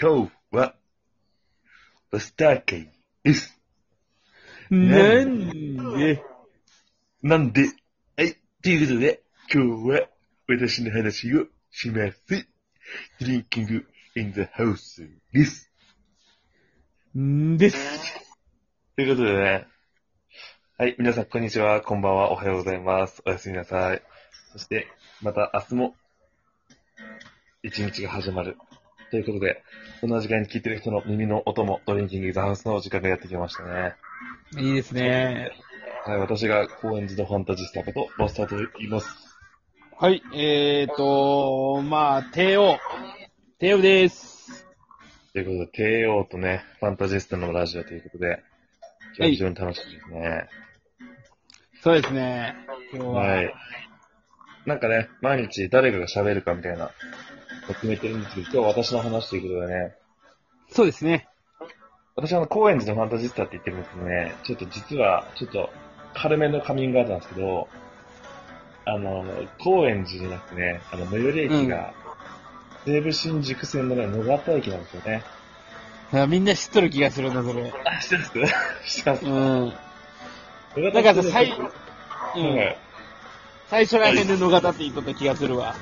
今日は、バスター会です。なんで、なんで、はい、ということで、今日は私の話をします。ドリンキングインザハウスです。んです。ということでね、はい、皆さんこんにちは、こんばんは、おはようございます。おやすみなさい。そして、また明日も、一日が始まる。ということで、この時間に聞いてる人の耳の音もドリンキングインザハウスのお時間がやってきましたね。いいですね。はい、私が高円寺のファンタジスタこと、ロスターと言います。はい、えーと、まあ、帝王。帝王です。ということで、帝王とね、ファンタジスタのラジオということで、今日は非常に楽しいですね。そうですね。今日は。はい。なんかね、毎日誰かが喋るかみたいな、決めてるんですけど、今日は私の話ということでね、そうですね。私はあの、高円寺のファンタジスタって言ってるんですけどね、ちょっと実は、ちょっと、軽めのカミングアウトなんですけど、あの、高円寺じゃなくてね、あの、最寄り駅が、西武新宿線のね、野方駅なんですよね。あみんな知っとる気がするな、それ。あ、してますしてますう。ん。なんなんかさ、最、後、ううん、ん言、最初ら辺で野方って言っとった気がするわ。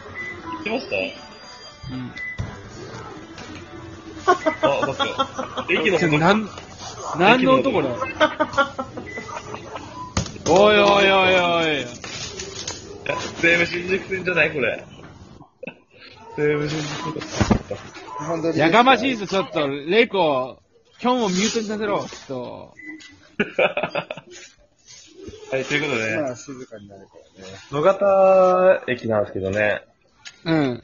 ってましたうん。あ、確かに。 駅のちょ、方なん、なんの音これ。おいおいおいおい。西武新宿線じゃないこれ。西武新宿線。やかましいぞ、ちょっと。レイコ、今日もミュートにさせろ、ちょ はい、ということでね、静かになるからね。野方駅なんですけどね、っと。うん。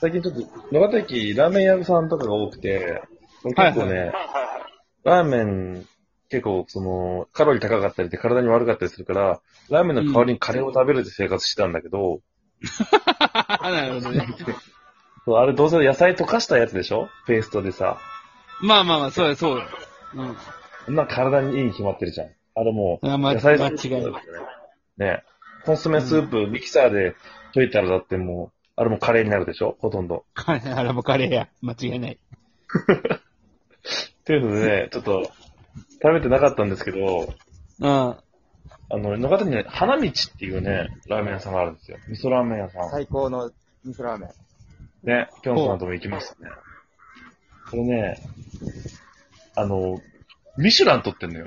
最近ちょっと、野方駅、ラーメン屋さんとかが多くて、これ結構ね、ラーメン、結構、その、カロリー高かったりで体に悪かったりするから、ラーメンの代わりにカレーを食べるって生活してたんだけど、なるほどね。そうあれどうせ野菜溶かしたやつでしょペーストでさ。まあまあまあ、そうだ、そうだ。うん。そんな体にいいに決まってるじゃん。あれもう、あま野菜間違いないね。ねコンソメスープ、ミキサーで溶いたらだってもう、あれもカレーになるでしょほとんど。カレー、あれもカレーや。間違いない。というのでね、ちょっと、食べてなかったんですけど、うん。あの、野方にね、花道っていうね、ラーメン屋さんがあるんですよ。味噌ラーメン屋さん。最高の味噌ラーメン。ね、ぴょんさんとも行きましたね。これね、あの、ミシュラン取ってんのよ。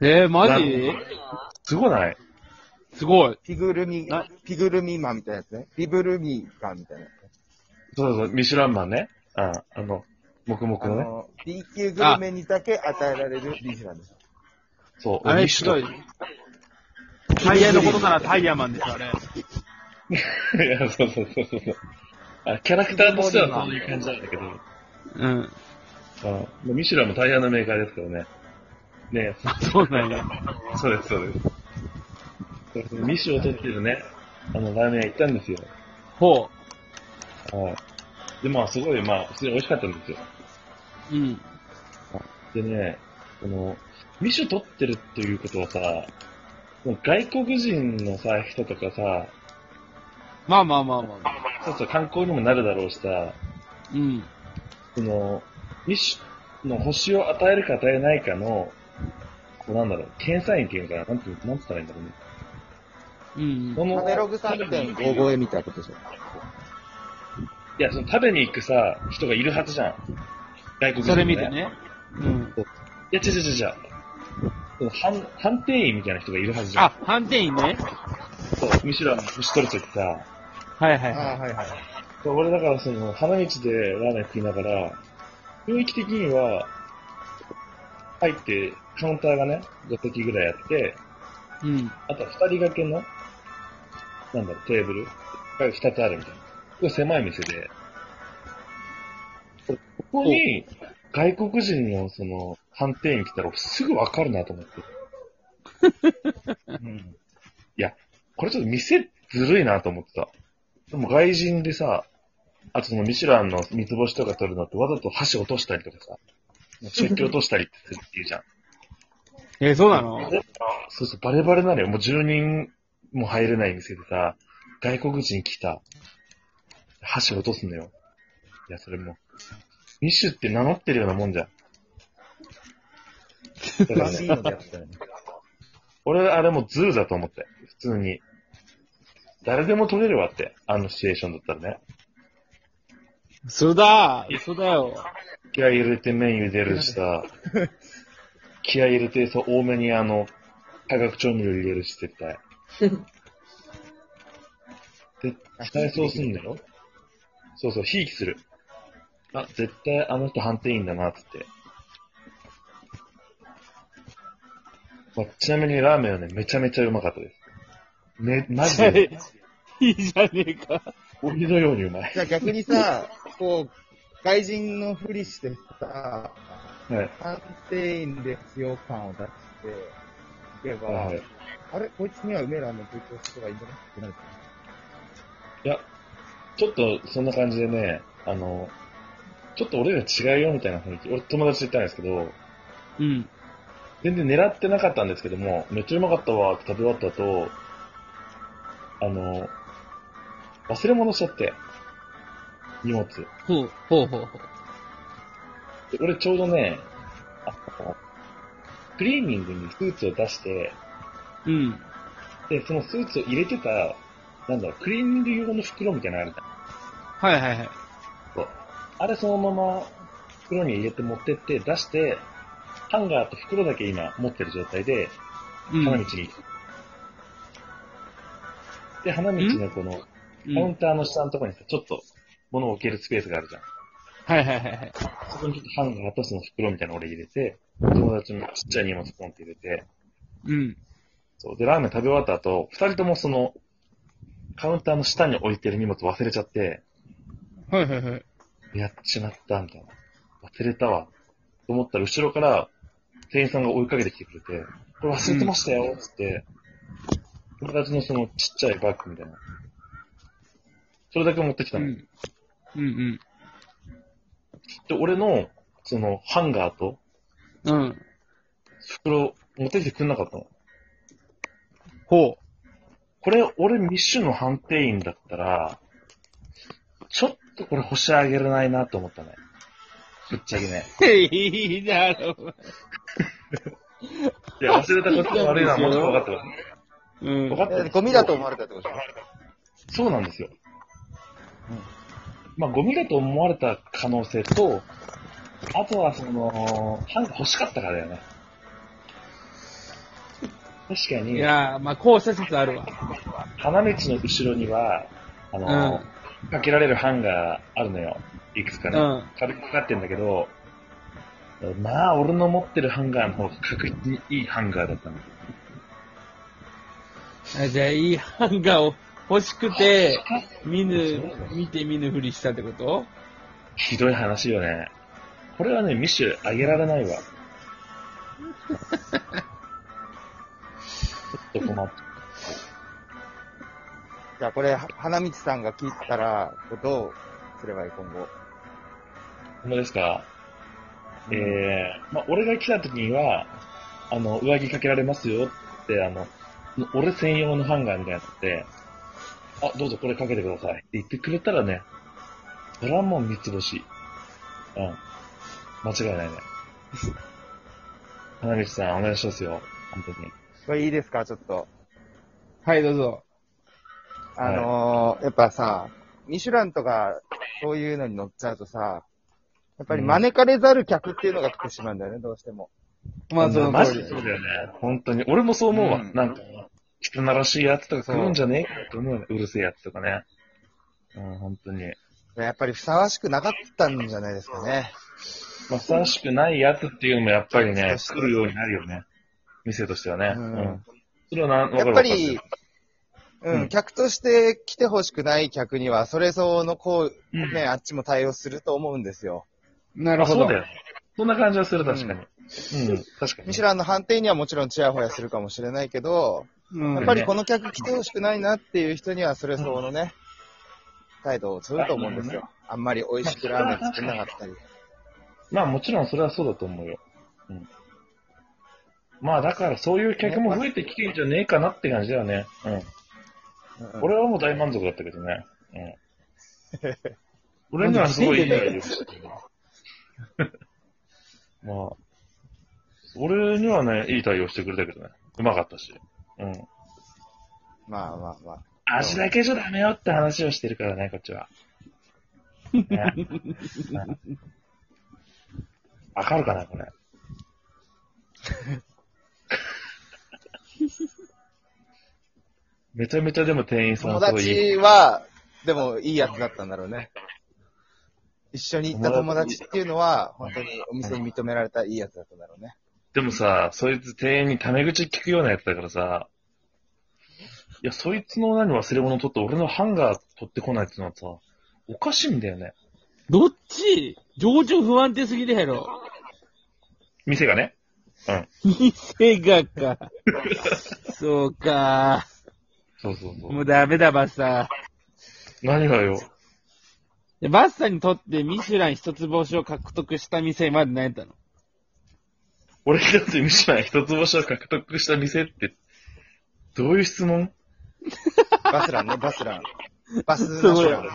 えー、マラージメンすごないすごい。ピグルミな、ピグルミマンみたいなやつね。ピブルミマンみたいなやつね。そうそう、ミシュランマンね。ああの、黙々あのね。の、B 級グルメにだけ与えられるビジュランです。そう、あれ、ミシすュラごンい。タイヤのことならタイヤマンです、あれ。いや、そうそうそうそうそう。あ、キャラクターとしてはそういう感じなんだけど、うん。あまあミシュランも大変なメーカーですけどね。ねあ、そうなんや。そうです、そうですそうです。ミシュを取ってるね、あの、ラーメン屋行ったんですよ。ほはい。で、まあ、すごい、まあ、普通に美味しかったんですよ。う。うん。でね、この、ミシュ取ってるということはさ、もう外国人のさ、人とかさ、まあまあまあまあ。そうそう、観光にもなるだろうしさ、うん。その、ミシュの星を与えるか与えないかの、こうなんだろう、検査員っていうのかな、なんて、なんて言ったらいいんだろうね。うん。その食べログ3.55円みたいなことでしょ。いや、その食べに行くさ、人がいるはずじゃん。外国人、それ見て。ね。うん。いや、違う違う違う。その判判定員みたいな人がいるはずじゃん。あ、反転員ね。そう、ミシュランの星取るときさ、はいはいはい。あ、はいはい。俺だからその、花道でラーメン食いながら、雰囲気的には、入って、カウンターがね、5席ぐらいあって、うん。あとは二人掛けの、なんだろう、テーブルが二つあるみたいな。これ狭い店で。ここに、外国人のその、判定員来たらすぐわかるなと思って。うん、いや、これちょっと店ずるいなと思ってた。でも外人でさ、あとそのミシュランの三つ星とか取るのってわざと箸落としたりとか さ、食器落としたりってするっていうじゃん。えー、そうなのそうそう、バレバレなのよ。もう10人も入れない店でさ、外国人来た。箸落とすのよ。いや、それもう、ミッシュって名乗ってるようなもん じゃん。だかラらシーねノでやったよね。俺、あれもうズルだと思って。普通に。誰でも取れるわって。あのシチュエーションだったらね。嘘だ嘘だよ。気合い入れて麺茹でるしさ、気合い入れてそう多めにあの、化学調味料入れるし、絶対。で、体操すんだよ。そうそう、ひいきする。あ、絶対あの人判定員だな、つって。まあ、ちなみにラーメンはね、めちゃめちゃうまかったです。ね、マ ジで、いいじゃねえか。鬼のようにうまい。じゃあ逆にさ、こう、外人のふりしてさ、はい。判定員ですよ感を出していけば、はい、あれこいつには梅ラーメン提供すればいいんじゃないってなるいや、ちょっとそんな感じでね、あの、ちょっと俺ら違うよみたいな雰囲気、俺友達と言ったんですけど、うん。全然狙ってなかったんですけども、めっちゃうまかったわって食べ終わった後、あの、忘れ物しちゃって、荷物。でほう、ほうほうほう。俺ちょうどね、あのクリーニングにスーツを出して、うん。で、そのスーツを入れてた、なんだろう、クリーニング用の袋みたいなのあるじゃんはいはいはい。そうあれそのまま袋に入れて持ってって出して、ハンガーと袋だけ今持ってる状態で、うん。花道に。で、花道のこのカウうンん、ターの下のところにさ、ちょっと物を置けるスペースがあるじゃん。はいはいはいはい。そこにちょっとハンガーとその袋みたいなの俺入れて、友達のちっちゃい荷物ポンって入れて、うん。そう。で、ラーメン食べ終わった後、二人ともその、カウンターの下に置いてる荷物忘れちゃって、はいはいはい。やっちまった、みたいな。忘れたわ。と思ったら、後ろから、店員さんが追いかけてきてくれて、これ忘れてましたよ、つって、友達のそのちっちゃいバッグみたいな。それだけ持ってきたうの。ん。うんで、俺の、その、ハンガーと、うん。うん。袋、持ってきてくんなかったの。ほう。これ、俺、ミッシュの判定員だったら、ちょっとこれ星あげれないなと思ったね。ぶっちゃけね。 いいだろう。いや、忘れたことが悪いのはもっと分かってます。うん分かってますゴミだと思われたってことそうなんですよ。まあ、ゴミだと思われた可能性と、あとは、その、ハンガー欲しかったからだよね。確かいに、やー、まあ、こうした説あるわ。花道の後ろには、あの、かけられるハンガーあるのよ。いくつかね。うん軽くかかってんだけど、まあ、俺の持ってるハンガーの方が確実にいいハンガーだったの。あじゃあ、いいハンガーを欲しくて、見そぬうな、の見て見ぬふりしたってことひどい話よね。これはね、ミッシュあげられないわ。ちょっと困っじゃあこれ、花道さんが聞いたら、どうすればいい今後。ほんまですか、えー、まあ、俺が来た時には、あの、上着かけられますよって、あの、俺専用のハンガーみたいなやつって、あ、どうぞこれかけてくださいって言ってくれたらね、それはもう三つ星。うん。間違いないね。花道さん、お願いしますよ。本当に。これいいですかちょっと。はい、どうぞ。あのーやっぱさ、ミシュランとか、そういうのに乗っちゃうとさ、やっぱり招かれざる客っていうのが来てしまうんだよね、どうしても。まあ、そマのジ通でりそ。うだよね。本当に。俺もそう思うわ。うんなんか、人ならしいやつとか来るんじゃねえかと思うよね。うるせえやつとかね。うん、本当に。やっぱりふさわしくなかったんじゃないですかね。まあ、ふさわしくないやつっていうのもやっぱりね、そうそう来るようになるよね。店としてはね。う。うんんそれはな、わかるやっぱり、、るううんん、客として来てほしくない客には、それ相応のこう、うんね、あっちも対応すると思うんですよ。なわるかるほそうどだ。よね。そんな感じはする、確かに。ううん、確かに。ミシュランの判定にはもちろんチヤホヤするかもしれないけど、うんやっぱりこの客来てほしくないなっていう人には、それ相応のね、態度を取ると思うんですよ。あんまり美味しくラーメン作んなかったり。まあもちろんそれはそうだと思うよ。うん。まあだからそういう客も増えてきてんじゃねえかなって感じだよね。うん。うんうん俺はもう大満足だったけどね。うん。 俺にはすごいいい内容です。 まあ、俺にはね、いい対応してくれたけどね。うまかったし。うん。まあまあまあ。足だけじゃダメよって話をしてるからね、こっちは。ねうんわかるかな、これ。 めちゃめちゃでも店員さん友そういい。達は、でもいいやつだったんだろうね。一緒に行った友達っていうのは、本当にお店に認められたいいやつだったんだろうね。でもさ、そいつ店員にタメ口聞くようなやつだからさ、いや、そいつの何忘れ物取って俺のハンガー取ってこないってのはさ、おかしいんだよね。どっち情緒不安定すぎるやろ。店がね。うん。店がか。そうか。そうそうそう。もうダメだ、バッサ何がよ。ーで。バッサーにとってミシュラン一つ星を獲得した店まで何やったの俺にとってミシュラン一つ星を獲得した店って、どういう質問バスランね、バス ラン。バスナショナルね。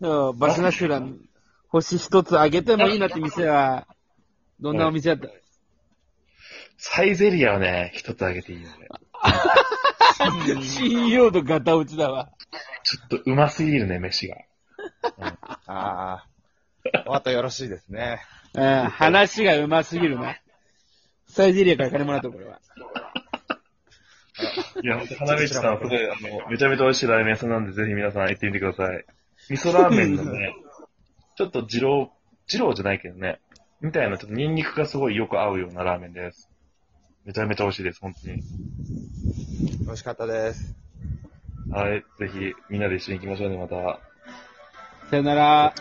そうバスナシュラン、星一つあげてもいいなって店は、どんなお店だったサイゼリアはね、一つあげていいよ、俺。 ?CEO とガタ落ちだわ。ちょっとうますぎるね、飯が。ああ。お後よろしいですね。うん、話がうますぎるな。サイゼリアから金もらったこれは。いや、花道さんはすごい、あの、めちゃめちゃ美味しいラーメン屋さんなんで、ぜひ皆さん行ってみてください。味噌ラーメンのね、ちょっと二郎、二郎じゃないけどね、みたいな、ちょっとニンニクがすごいよく合うようなラーメンです。めちゃめちゃ美味しいです、本当に。美味しかったです。はい、ぜひ、みんなで一緒に行きましょうね、また。さよなら。